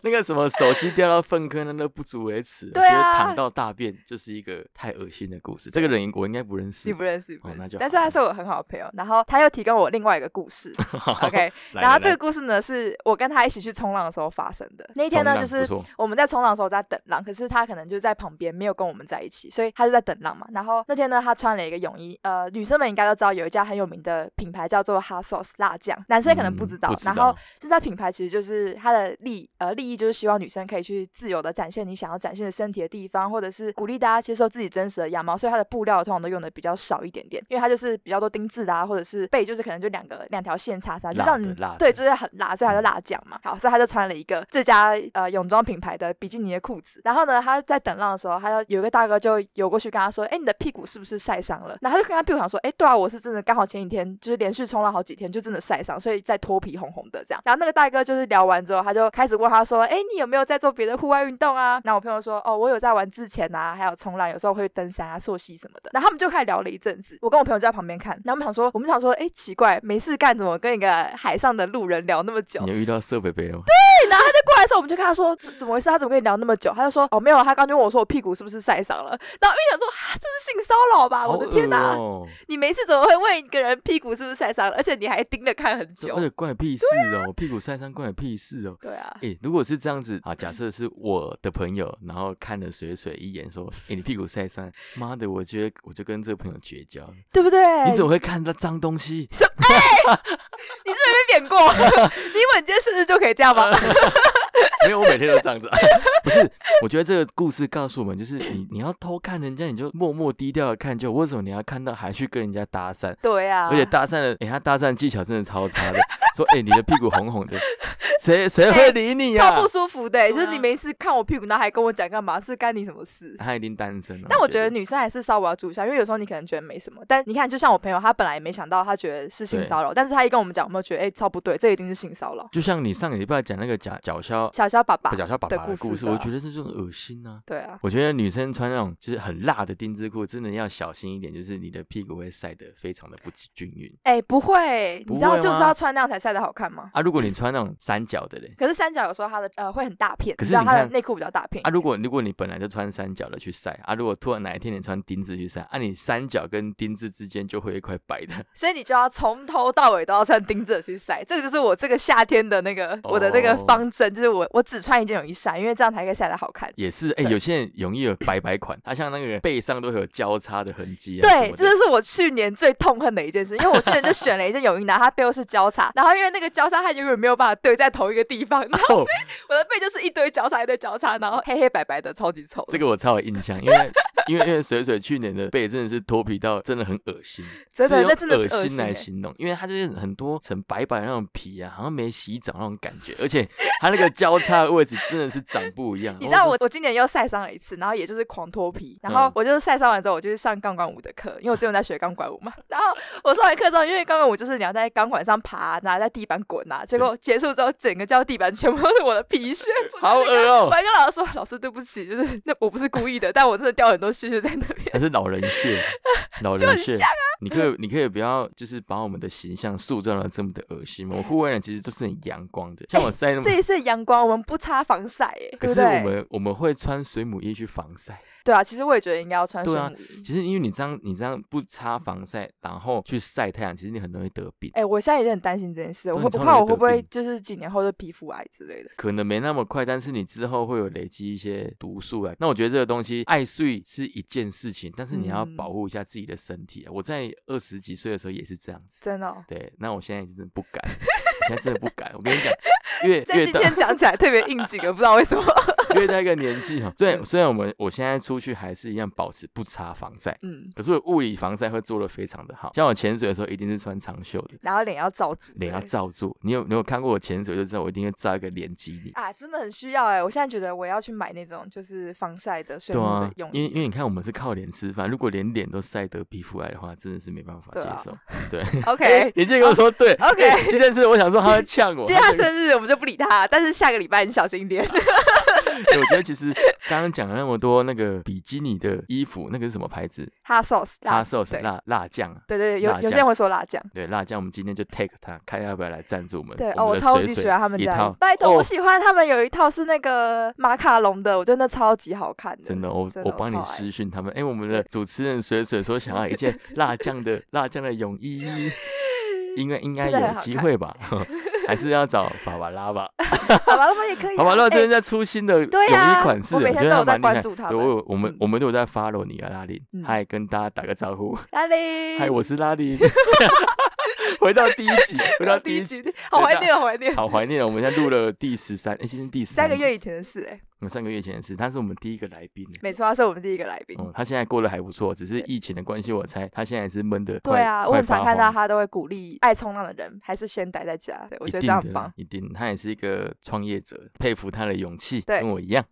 S2: 那个什么手机掉到粪坑，那都不足为耻。
S1: 对啊
S2: 我觉得躺到大便，这是一个太恶心的故事。这个人我应该不认识。
S1: 你不认识，不
S2: 哦那
S1: 认识
S2: 就，
S1: 但是
S2: 好哦
S1: 他是我很好的朋友，然后他又提供我另外一个故事
S2: (laughs)
S1: ，OK，
S2: 来
S1: 然后
S2: 来
S1: 这个
S2: 来
S1: 故事呢是我跟他一起去冲浪的时候发生的。那一天呢，
S2: 冲浪
S1: 就
S2: 不
S1: 是
S2: 错
S1: 我们在冲浪的时候在等浪，可是他可能就在旁边没有跟我们在一起，所以他就在等浪嘛。然后那天呢，他穿了一个泳衣，呃，女生们应该都知道有一家很有名的品牌叫做 Hot Sauce 辣酱，男生可能不
S2: 嗯
S1: 知道。
S2: 不知
S1: 然
S2: 道
S1: 后这家品牌其实就是它的利呃利益就是希望女生可以去自由的展现你想要展现的身体的地方，或者是鼓励大家接受自己真实的样貌，所以它的布料通常都用的比较少一点点，因为它就是比较多钉子的啊，或者是背就是可能就两个两条线叉呃叉，就
S2: 辣
S1: 让
S2: 的嗯
S1: 你
S2: 辣
S1: 对
S2: 的
S1: 就是很辣，所以他就辣酱嘛。好，所以他就穿了一个这家呃泳装品牌的比基尼的裤子。然后呢，他在等浪的时候，他就有一个大哥就游过去跟他说：“哎，你的屁股是不是晒伤了？”然后他就跟他屁股讲说：“哎，对啊，我是真的刚好前几天就是连续冲浪好几天，就真的晒伤，所以在脱皮红红的这样。”然后那个大哥就是聊完之后，他就开始问他说：“哎，你有没有在做别的户外运动啊？”然后我朋友说：“哦，我有在玩之前啊，还有冲浪，有时候会登山啊、溯溪什么的。”然后他们就开始聊了一阵子，我跟我朋友就在旁边看，然后我们想说，我们想说，哎，奇怪，没事干怎么跟一个海上的路人聊那么久？
S2: 你有遇到设备杯了吗？
S1: 过来的时候，我们就跟他说怎怎么回事？他怎么跟你聊那么久？他就说哦没有啊，他刚就问我说我屁股是不是晒伤了。然后我一想说，啊、这是性骚扰吧？
S2: 好
S1: 啊我的天
S2: 恶
S1: 哪！ (laughs)
S2: 哦
S1: 你没事怎么会问一个人屁股是不是晒伤了？而且你还盯着看很
S2: 这
S1: 久
S2: 而。且关你屁事哦，屁股晒伤关你屁事哦。
S1: 对啊，
S2: 诶，如果是这样子啊，假设是我的朋友，然后看了水水一眼，说：“诶，你屁股晒伤。”妈的，我觉得我就跟这个朋友绝交了。
S1: 对不对？
S2: 你怎么会看到脏东西？
S1: 你是不是被贬过？ (laughs) 你以为你今天生日就可以这样吗？
S2: 呃没有，我每天都这样子、啊。 (laughs) 不是，我觉得这个故事告诉我们，就是你你要偷看人家，你就默默低调的看就好。为什么你要看到还去跟人家搭讪？
S1: 对啊，
S2: 而且搭讪的，哎、他搭讪技巧真的超差的。说，哎、你的屁股红红的，谁谁会理你呀、
S1: 哎超不舒服的、欸
S2: 啊
S1: 就是你没事看我屁股，那还跟我讲干嘛？是干你什么事？
S2: 他一定单身了。
S1: 但我觉得女生还是稍微要注意一下，因为有时候你可能觉得没什么，但你看，就像我朋友，他本来也没想到，他觉得是性
S2: 对
S1: 骚扰，但是他一跟我们讲，我们就觉得哎、超不对，这一定是性骚扰。
S2: 就像你上个礼拜讲那个假脚销
S1: 小小爸爸
S2: 不，脚销爸
S1: 的
S2: 爸的
S1: 故
S2: 故
S1: 事
S2: 事，
S1: 的啊
S2: 我觉得这就很恶心啊。
S1: 对啊，
S2: 我觉得女生穿那种就是很辣的丁字裤，真的要小心一点，就是你的屁股会晒得非常的不均匀
S1: 哎、不会，你知
S2: 不
S1: 道
S2: 会
S1: 就是
S2: 吗
S1: 要穿那样才晒得好看吗？
S2: 啊。如果你穿那种三角的嘞，
S1: 可是三角有时候它的呃会很大片，
S2: 可是
S1: 知道
S2: 你
S1: 它的
S2: 看
S1: 内裤比较大片
S2: 啊，如果如果你本来就穿三角的去晒啊，如果突然哪一天你穿钉子去晒，啊，你三角跟钉子之间就会有一块白的。
S1: 所以你就要从头到尾都要穿钉子的去晒，这个就是我这个夏天的那个、我的那个
S2: 哦
S1: 方针，就是我我只穿一件泳衣晒，因为这样才可以晒得好看。
S2: 也是，哎、
S1: 对
S2: 有些人泳衣有白白款，它、像那个背上都会有交叉的痕迹啊什
S1: 对，
S2: 么的。
S1: 这就是我去年最痛恨的一件事，因为我去年就选了一件泳衣，然后它背后是交叉，然后因为那个交叉它永远没有办法对在同一个地
S2: (laughs)
S1: 方，然后
S2: 哦，
S1: 我的背就是一堆交叉一堆交叉，然后黑黑白白的，超级丑的。
S2: 这个我超有印象，因为因为因为水水去年的背真的是脱皮到真的很恶心，
S1: 真的
S2: 是用
S1: 那真的是
S2: 恶
S1: 恶
S2: 心
S1: 心欸
S2: 来形容，因为它就是很多层白白的那种皮啊，好像没洗澡那种感觉，而且它那个交叉的位置真的是长不一样。
S1: 你知道
S2: 我
S1: 我我今年又晒伤了一次，然后也就是狂脱皮，然后
S2: 嗯
S1: 我就是晒伤完之后，我就去上钢管舞的课，因为我最近在学钢管舞嘛。然后我上完课之后，因为钢管舞就是你要在钢管上爬，然后在地板滚啊，结果结束之后，整个教地板全部都是我的皮屑，
S2: 说好恶哦、
S1: 我还跟老师说：“老师，对不起，就是那我不是故意的，但我真的掉很多屑屑在那边，
S2: 还是老人屑，老
S1: (laughs) 就很
S2: 人屑
S1: 像啊。
S2: 你可以，你可以不要，就是把我们的形象塑造的这么的恶心吗？我护卫人其实都是很阳光的，像我晒那么，
S1: 这一次阳光，我们不擦防晒，哎，
S2: 嗯
S1: 对
S2: 可
S1: 不
S2: 是我
S1: 对？
S2: 们我们会穿水母衣去防晒。
S1: 对啊，其实我也觉得应该要穿水
S2: 对啊
S1: 母衣。
S2: 其实因为你这样，你这样不擦防晒，然后去晒太阳，其实你很容易得病。
S1: 哎、我现在也很担心这件事，我
S2: 对
S1: 会我
S2: 你超
S1: 怕我
S2: 容易
S1: 会
S2: 得
S1: 不会
S2: 病
S1: 就是几年后就皮肤癌之类的。
S2: 可能没那么快，但是你之后会有累积一些毒素啊。那我觉得这个东西爱睡是一件事情，但是你要
S1: 嗯
S2: 保护一下自己的身体啊。我在二十几岁的时候也是这样子，
S1: 真的、哦，
S2: 对，那我现在真的不
S1: (laughs)
S2: 敢，我现在真的不敢。我跟你讲，越
S1: 在
S2: 越
S1: 今
S2: 到
S1: 天讲起来特别应景，也不知道为
S2: (laughs)
S1: 什么。
S2: 越到一个年纪哈，虽
S1: 嗯
S2: 然虽然我们我现在出去还是一样保持不擦防晒，
S1: 嗯，
S2: 可是我物理防晒会做的非常的好。像我潜水的时候一定是穿长袖的，
S1: (laughs) 然后脸要罩住，
S2: 脸要
S1: 对
S2: 罩住。你有你有看过我潜水就知道，我一定会罩一个脸基底。
S1: 啊，真的很需要哎、我现在觉得我要去买那种就是防晒的水
S2: 对
S1: 母
S2: 啊
S1: 的，用
S2: 因为因
S1: 衣。
S2: 为你看我们是靠脸吃饭，如果连脸都晒得皮肤癌的话，真的是没办法
S1: 对
S2: 接
S1: 啊
S2: 受。 (laughs)
S1: OK，
S2: 你这跟我说对
S1: OK
S2: 哎这件事我想说他会呛我。
S1: 今天他
S2: 这个
S1: 生日我们就不理他，但是下个礼拜你小心一
S2: (laughs)
S1: 点。
S2: 对我觉得其实刚刚讲了那么多那个比基尼的衣服，那个是什么牌子？
S1: 哈 sauce，
S2: 哈寿是
S1: 对
S2: 辣辣酱啊。
S1: 对对，有
S2: 辣
S1: 有些
S2: 酱
S1: 人会说辣酱。
S2: 对辣酱，我们今天就 take 它，看要不要来赞助我们。
S1: 对哦，
S2: 我
S1: 我
S2: 们的
S1: 超
S2: 水
S1: 级
S2: 水
S1: 喜欢他们
S2: 一
S1: 家的
S2: 套，，
S1: 拜托，
S2: 哦
S1: 我喜欢他们有一套是那个马卡龙的，我真的超级好看的，
S2: 真的，我
S1: 真的
S2: 我
S1: 我
S2: 帮你
S1: 超爱
S2: 私讯他们。哎，我们的主持人水水说想要一件辣酱
S1: (laughs)
S2: 的辣酱的泳衣，应该应该
S1: 真的很
S2: 有
S1: 好
S2: 机
S1: 看 (laughs)
S2: 会吧？还是要找法瓦拉吧？
S1: (laughs) 好吧，那么也可以啊，
S2: 好吧，那
S1: 哎
S2: 这边在出新的泳
S1: 对啊
S2: 衣款式，
S1: 我每
S2: 觉
S1: 天
S2: 得
S1: 都
S2: 还
S1: 有在
S2: 蛮厉
S1: 关
S2: 害。
S1: 注他
S2: 对，
S1: 们。
S2: 我我们
S1: 嗯
S2: 我们都有在 follow 你啊，拉林
S1: 嗯，
S2: 嗨，跟大家打个
S1: (laughs)
S2: 招呼，
S1: 拉力，
S2: 嗨，我是拉林。 (laughs) 回到第一集，
S1: 呃
S2: 回到第一集，，
S1: 好怀
S2: 大
S1: 念，好怀念，
S2: 好怀念哦！我们现在录了第十三，哎，今天第十
S1: 三个
S2: 集
S1: 月以前的事哎，
S2: 嗯，三个月前的事，他是我们第一个来宾耶。
S1: 没错，他是我们第一个来宾。
S2: 嗯，他现在过得还不错，只是疫情的关系，我猜他现在也是闷的。
S1: 对啊，我
S2: 快
S1: 很
S2: 发
S1: 常看到
S2: 慌
S1: 他都会鼓励爱冲浪的人，还是先待在家。对我
S2: 一
S1: 觉得这
S2: 定的
S1: 样
S2: 啦，
S1: 很棒，
S2: 一定，他也是一个创业者，佩服他的勇气，
S1: 对
S2: 跟我一样，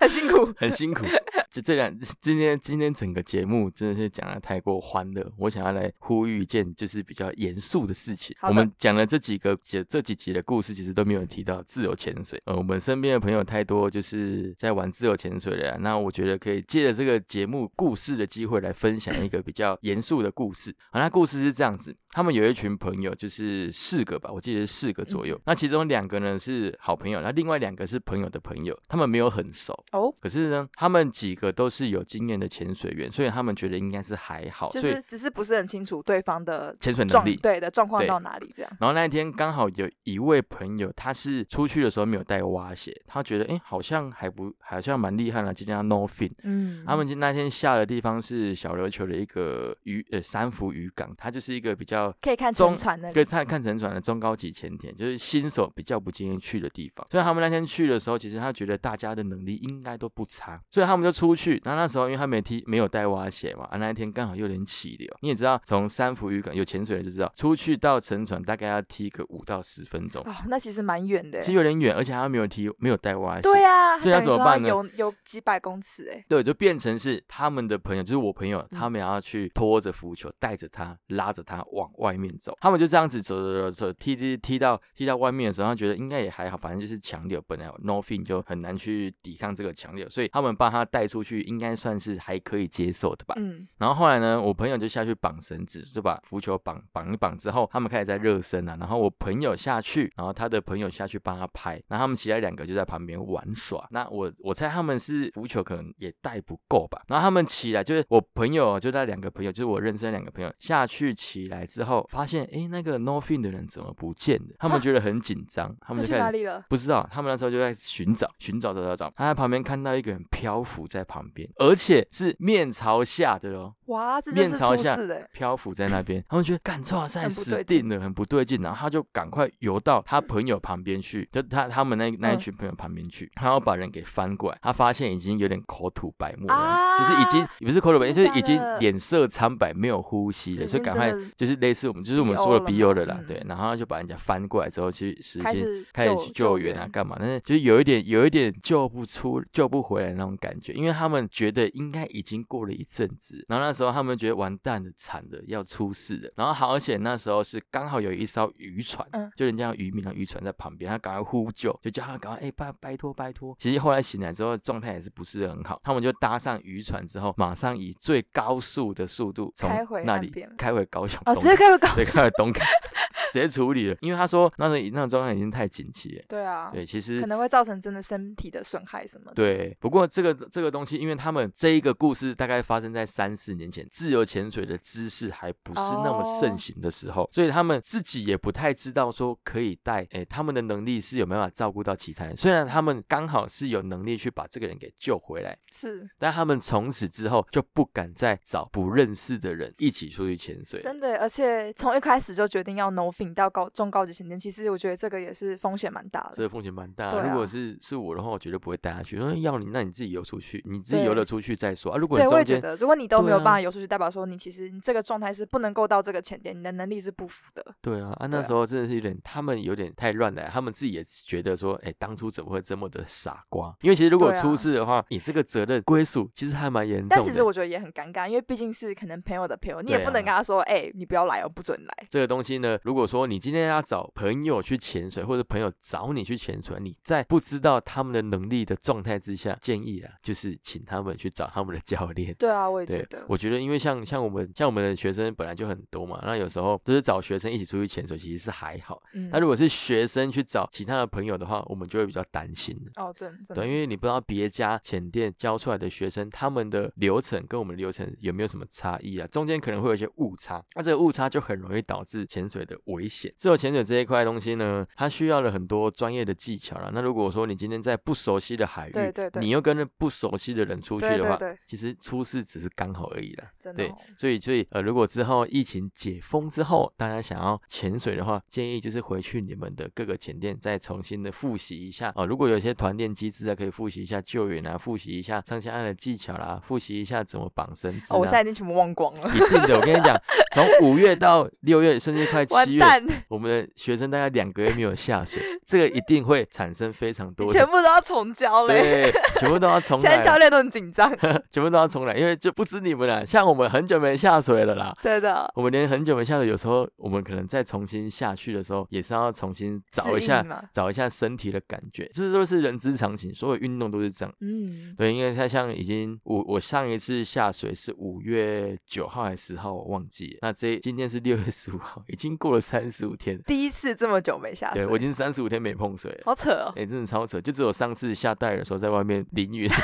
S1: 很辛
S2: (laughs)
S1: 苦。
S2: 很辛苦。就这两，今天今天整个节目真的是讲的太过欢乐，我想要来呼吁一件就是比较严肃的事情。
S1: 好的
S2: 我们讲了这几个这这几集的故事，其实都没有提到自由潜水。呃，我们身边的朋友太多，就是在玩自由潜水的、啊。那我觉得可以借着这个节目故事的机会来分享一个比较严肃的故事。啊，那故事是这样子，他们有一群朋友，就是四个吧，我记得是四个左右。
S1: 嗯
S2: 那其中两个呢是好朋友，那另外两个是朋友的朋友，他们没有很熟。
S1: 哦，
S2: 可是呢，他们几个都是有经验的潜水员，所以他们觉得应该是还好，
S1: 就
S2: 所以
S1: 是只是不是很清楚对方的
S2: 潜水能
S1: 状
S2: 力。
S1: 对的状况
S2: 对
S1: 到哪里这样。
S2: 然后那一天刚好有一位朋友，他是出去的时候没有带蛙鞋，他觉得诶好像还不好像蛮厉害的，今天要 no fin。
S1: 嗯，
S2: 他们就那天下的地方是小琉球的一个渔呃三福渔港，它就是一个比较
S1: 可以看
S2: 中
S1: 沉船那
S2: 可以
S1: 里，
S2: 看看沉船的中高级潜艇，就是新手比较不建议去的地方。所以他们那天去的时候，其实他觉得大家的能力应该都不差，所以他们就出去。那那时候因为他没踢，没有带蛙鞋嘛，啊那一天刚好又有点起流。你也知道，从三福渔港有潜水的就知道，出去到沉船大概要踢个五到十分钟，
S1: 哦，那其实蛮远的
S2: 其实
S1: 欸。
S2: 有点远，而且他没有踢，没有带蛙鞋。
S1: 对啊呀，
S2: 所以要
S1: 等于
S2: 怎么
S1: 说
S2: 办呢
S1: 有有几百公尺哎，
S2: 对，就变成是他们的朋友，就是我朋友，
S1: 嗯
S2: 他们也要去拖着浮球，带着他，拉着他往外面走。他们就这样子走走走走，踢踢踢到踢到外面的时候，他觉得应该也还好，反正就是强流，本来 no fin 就很难去抵抗这个强流，所以他们把他带出去，应该算是还可以接受的吧。
S1: 嗯，
S2: 然后后来呢，我朋友就下去绑绳子，就把浮球绑绑一绑之后，他们开始在热身啊。然后我朋友下去，然后他的朋友下去帮他拍，然后他们其他两个就在旁边玩耍。那我我猜他们是浮球可能也带不够吧。然后他们起来，就是我朋友哦就那两个朋友，就是我认识的两个朋友下去起来之后，发现诶那个 no fin 的人怎么不见了？他们觉得很紧张，他
S1: 啊那
S2: 们就
S1: 去
S2: 开始
S1: 哪里了？
S2: 不知道，他们那时候就在寻找，寻找，找，找，找。他在旁边看到一个人漂浮在旁边，而且是面朝下的哦，
S1: 哇，这就
S2: 面
S1: 是
S2: 朝
S1: 出
S2: 下
S1: 事的欸，
S2: 漂浮在那边。他们觉得干，哇塞，
S1: 很不
S2: 死
S1: 对
S2: 定了，很不对劲。然后他就赶快游到他朋友旁边去，就他他们那那一
S1: 嗯
S2: 群朋友旁边去，然后把人给翻过来。他发现已经有点口吐白沫了，
S1: 啊
S2: 就是已经也不是口吐白沫，就
S1: 真
S2: 是
S1: 的
S2: 已经
S1: 假的
S2: 脸色苍白，没有呼吸
S1: 是
S2: 了，
S1: 已
S2: 所以
S1: 欸经
S2: 赶
S1: 真
S2: 快
S1: 的
S2: 就是类似我们就是我们
S1: BO
S2: 说的
S1: 了
S2: BO
S1: 吗
S2: 了啦，
S1: 嗯
S2: 对。然后他就把人家翻过来之后去啊实
S1: 开
S2: 行
S1: 始
S2: 开始去救援啊，，干嘛？但是就是有一点有一点救不出、救不回来那种感觉，因为他们觉得应该已经过了一阵子，然后那时候他们觉得完蛋了，惨了，要出事了。然后好险那时候是刚好有一艘渔船，
S1: 嗯
S2: 就人家有渔民啊渔船在旁边，他赶快呼救，就叫他赶快哎、拜拜托拜托。其实后来醒来之后状态也是不是很好，他们就搭上渔船之后，马上以最高速的速度从
S1: 开回
S2: 那
S1: 岸
S2: 里
S1: 边
S2: 开回高雄
S1: 哦，
S2: 东
S1: 直接开始搞，
S2: 直接开回东港， (laughs) 直接处理了。因为他说那时候那种状态已经太紧急了。
S1: 对啊，
S2: 对，其实
S1: 可能会造成真的身体的损害什么的。
S2: 对，不过这个这个东西，因为他们这一个故事大概发生在三四年前，自由潜水的知识还不是那么
S1: 哦
S2: 盛行的时候，所以他们自己也不太知道说可以带，诶，他们的能力是有没有办法照顾到其他人。虽然他们刚好是有能力去把这个人给救回来，
S1: 是
S2: 但他们从此之后就不敢再找不认识的人一起出去潜水。
S1: 真的，而且从一开始就决定要 no fin 到高中高级前店，其实我觉得这个也是风险蛮大
S2: 这
S1: 的。
S2: 个风险蛮大、
S1: 对啊
S2: 如果是是我的话，我绝对不会带他去。因为要你，那你自己游出去，你自己
S1: 对
S2: 游了出去再说啊。如果你
S1: 对，我
S2: 中
S1: 也觉
S2: 间
S1: 得，如果你都没有
S2: 对啊
S1: 办法游出去，代表说你其实你这个状态是不能够到这个前点，你的能力是不符的。
S2: 对啊，啊那
S1: 啊
S2: 时候真的是有点，他们有点太乱了，他们自己也觉得说，哎、当初怎么会这么的傻瓜？因为其实如果
S1: 对啊
S2: 出事的话，你、这个责任归属其实还蛮严重的。
S1: 但其实我觉得也很尴尬，因为毕竟是可能朋友的朋友，你也
S2: 对
S1: 不能
S2: 啊
S1: 跟他说，哎、你不要来哦，不准来。
S2: 这个东西呢，如果说你今天要找朋友去潜水，或者朋友找你去潜水，你在不知道他们的能力的状态之下，建议啊，就是请他们去找他们的教练。
S1: 对啊，我也觉
S2: 对
S1: 得，，
S2: 我觉得因为像像我们像我们的学生本来就很多嘛，那有时候就是找学生一起出去潜水，其实是还好。
S1: 嗯
S2: 那、，如果是学生去找其他的朋友的话，我们就会比较担心了。
S1: 哦，真的真的
S2: 对，因为你不知道别家浅店教出来的学生，他们的流程跟我们的流程有没有什么差异啊？中间可能会有一些误差，那这个误差就很容易导致潜水的危险。自由潜水这一块东西呢，它需要了很多专业的技巧了。那如果说你今天在不熟悉的海域，
S1: 对对对
S2: 你又跟着不熟悉的人出去
S1: 对
S2: 的话，
S1: 对对，
S2: 其实出事只是刚好而已啦。
S1: 真的、
S2: 对
S1: 哦。，
S2: 所以所以呃，如果之后疫情解封之后，大家想要潜水的话，建议就是回去你们的各个潜店再重新的复习一下哦、如果有一些团练机制啊，可以复习一下救援啊，复习一下上下岸的技巧啦，复习一下怎么绑绳子、啊
S1: 哦，我现在已经全部忘光了，
S2: 一定的，我跟你讲，从五月到六月，甚至快七
S1: 完
S2: 月，
S1: 蛋，
S2: 我们的学生大概两个月没有下水，这个一定会产生非常
S1: 你
S2: 多
S1: 全
S2: 的。
S1: 部都要重教嘞。
S2: 对，全部都要重
S1: 现
S2: 来
S1: 在教
S2: 啊，
S1: 练都很紧
S2: (laughs)
S1: 张，
S2: 全部都要重来，因为就不止你们了，像我们很久没下水了啦，
S1: 真的。哦
S2: 我们连很久没下水，有时候我们可能再重新下去的时候，也是要重新找一
S1: 适
S2: 下
S1: 应嘛，
S2: 找一下身体的感觉，这都是人之常情，所有运动都是这样。
S1: 嗯，
S2: 对，因为它像已经我我上一次下水是五月九号还是十号，我忘记了。那这今天是六月十五号，已经过了三十五天，
S1: 第一次这么久没下
S2: 对
S1: 水，
S2: 我已经三十五天没碰
S1: (laughs)
S2: 水了。
S1: 好扯哦。
S2: 哎、真的超扯，就只有上次下大雨的时候在外面
S1: (laughs)
S2: 淋雨，就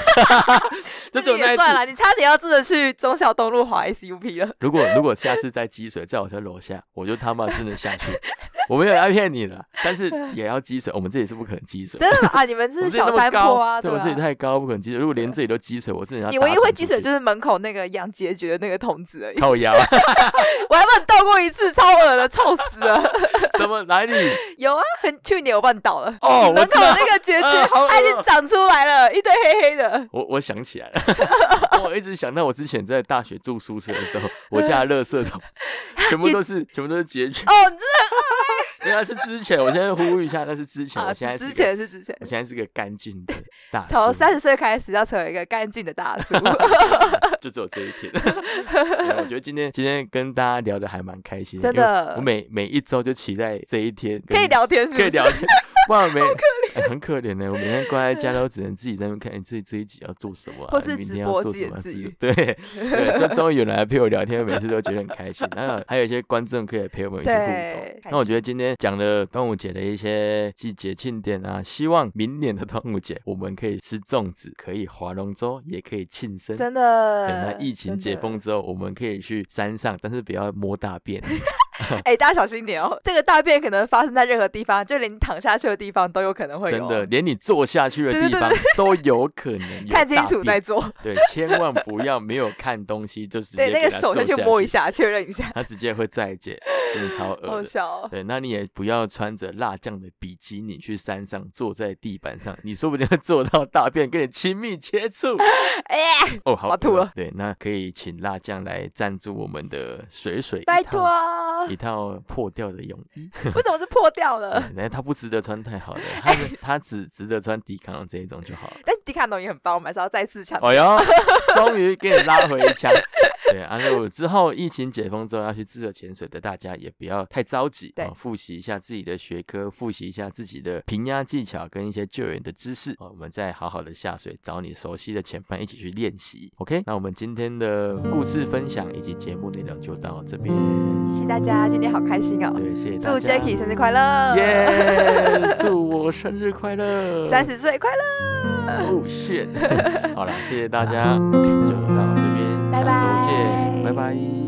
S1: 这
S2: 只有
S1: 你
S2: 那
S1: 也
S2: 一次
S1: 算。了，你差点要真的去忠孝东路滑 SUP 了。
S2: 如果如果下次在积水在我家楼下，我就他妈真
S1: (laughs)
S2: 的下去。我没有要骗你了，但是也要积水，我们这里是不可能积
S1: (laughs)
S2: 水。
S1: 真
S2: (laughs)
S1: 的吗啊，你们
S2: 我
S1: 是
S2: 们这里
S1: 小
S2: 那么
S1: 山
S2: 高，
S1: 坡啊，
S2: 对
S1: 对
S2: 我
S1: 吧
S2: 这？里太高，不可能积水。如果连这里都积水，我真的要
S1: 你唯一会积水
S2: 是
S1: 就是门口那个养结局的那个桶子而已，(laughs)
S2: 靠腰，啊
S1: 我还帮你倒过一次，超恶的，臭死了。
S2: (laughs) 什么哪里？
S1: 有啊，很去年我帮你倒了，
S2: 哦
S1: 你
S2: 我
S1: 门
S2: 知
S1: 口
S2: 道
S1: 那个结局，
S2: (laughs) 啊好恶
S1: 它已经长出来了，一堆黑黑的。
S2: 我我想起来了，
S1: (laughs)
S2: 我一直想到我之前在大学住宿舍的时候，我家的垃
S1: (laughs)
S2: 圾桶全部都是全部都是结局。
S1: 哦，你真
S2: 原来是之前，我现在呼吁一下，那是之前，
S1: 的
S2: 我现在
S1: 啊，之
S2: 是个，
S1: 前是之前
S2: 我，现在是个干净的大叔，
S1: 从三十岁开始要成为一个干净的大叔。
S2: 就只有这一
S1: (laughs)
S2: 天。没有我觉得今天今天跟大家聊的还蛮开心，
S1: 真
S2: 因为
S1: 的
S2: 我每每一周就期待这一天跟，
S1: 可以聊天是不是？
S2: 可以聊天，不然
S1: (laughs)
S2: 每哎很可怜呢、我每天关在家都只能自己在那边看，哎这这一集要做什么、啊，
S1: 或是
S2: 明
S1: 直
S2: 天要
S1: 播
S2: 做
S1: 自
S2: 什
S1: 言
S2: 么啊？
S1: 自
S2: 自
S1: 语
S2: 对对，
S1: (laughs)
S2: 这终于有人来陪我聊天，每次都觉得很开心。然后还有一些观众可以陪我们一起互动
S1: 对。
S2: 那我觉得今天讲了端午节的一些季节庆典啊，希望明年的端午节我们可以吃粽子，可以划龙舟，也可以庆生。
S1: 真的。
S2: 对，那疫情
S1: 呃真的
S2: 解封，之后，我们可以去山上，但是不要摸大便。
S1: 哎、大家小心一点哦！这个大便可能发生在任何地方，就连你躺下去的地方都有可 (laughs) 能会有
S2: 真
S1: 哦。
S2: 的，连你坐下去的
S1: 对对对
S2: 地方都有可
S1: (laughs)
S2: 能有
S1: 看清
S2: 大
S1: 楚
S2: 便
S1: 再做。
S2: 对，千万不要没有看东西就直接
S1: 对，那
S2: 给
S1: 个
S2: 它
S1: 手
S2: 坐
S1: 先去
S2: 下
S1: 摸一
S2: 去，呃
S1: 下，确认一
S2: (laughs)
S1: 下。
S2: 它直接会再见，真的超恶
S1: (laughs) 好
S2: 的。
S1: 笑、哦，
S2: 对，那你也不要穿着辣酱的比基尼去山上，坐在地板上，你说不定会坐到大便跟你亲密接
S1: (laughs)
S2: 触。
S1: 哎、
S2: 哦，好
S1: 我要吐
S2: 恶
S1: 了。
S2: 对，那可以请辣酱来赞助我们的水水一
S1: 拜
S2: 趟
S1: 托。
S2: 一套破掉的泳衣，
S1: 为什么是破掉了？
S2: 那它不值得穿太好的，它
S1: 哎
S2: 是它只值得穿迪卡侬这一种就好
S1: (laughs)
S2: 了。
S1: 但迪卡侬也很棒，我们还是要再次强调。
S2: 哎呦，终于给你拉回一枪。对，啊，那我之后疫情解封之后要去自由潜水的大家也不要太着急，
S1: 对
S2: 哦复习一下自己的学科，复习一下自己的平压技巧跟一些救援的知识、哦，我们再好好的下水，找你熟悉的前伴一起去练习。OK，那我们今天的故事分享以及节目内容就到这边，
S1: 谢谢大家，今天好开心哦！
S2: 对，谢谢
S1: 祝
S2: 大家，
S1: Jacky 生日快乐，
S2: (laughs) 耶祝我生日快乐，
S1: 三十岁快乐，
S2: 哦 shit，好了，谢谢大家，就到这边，
S1: 拜拜
S2: 下周见，拜拜。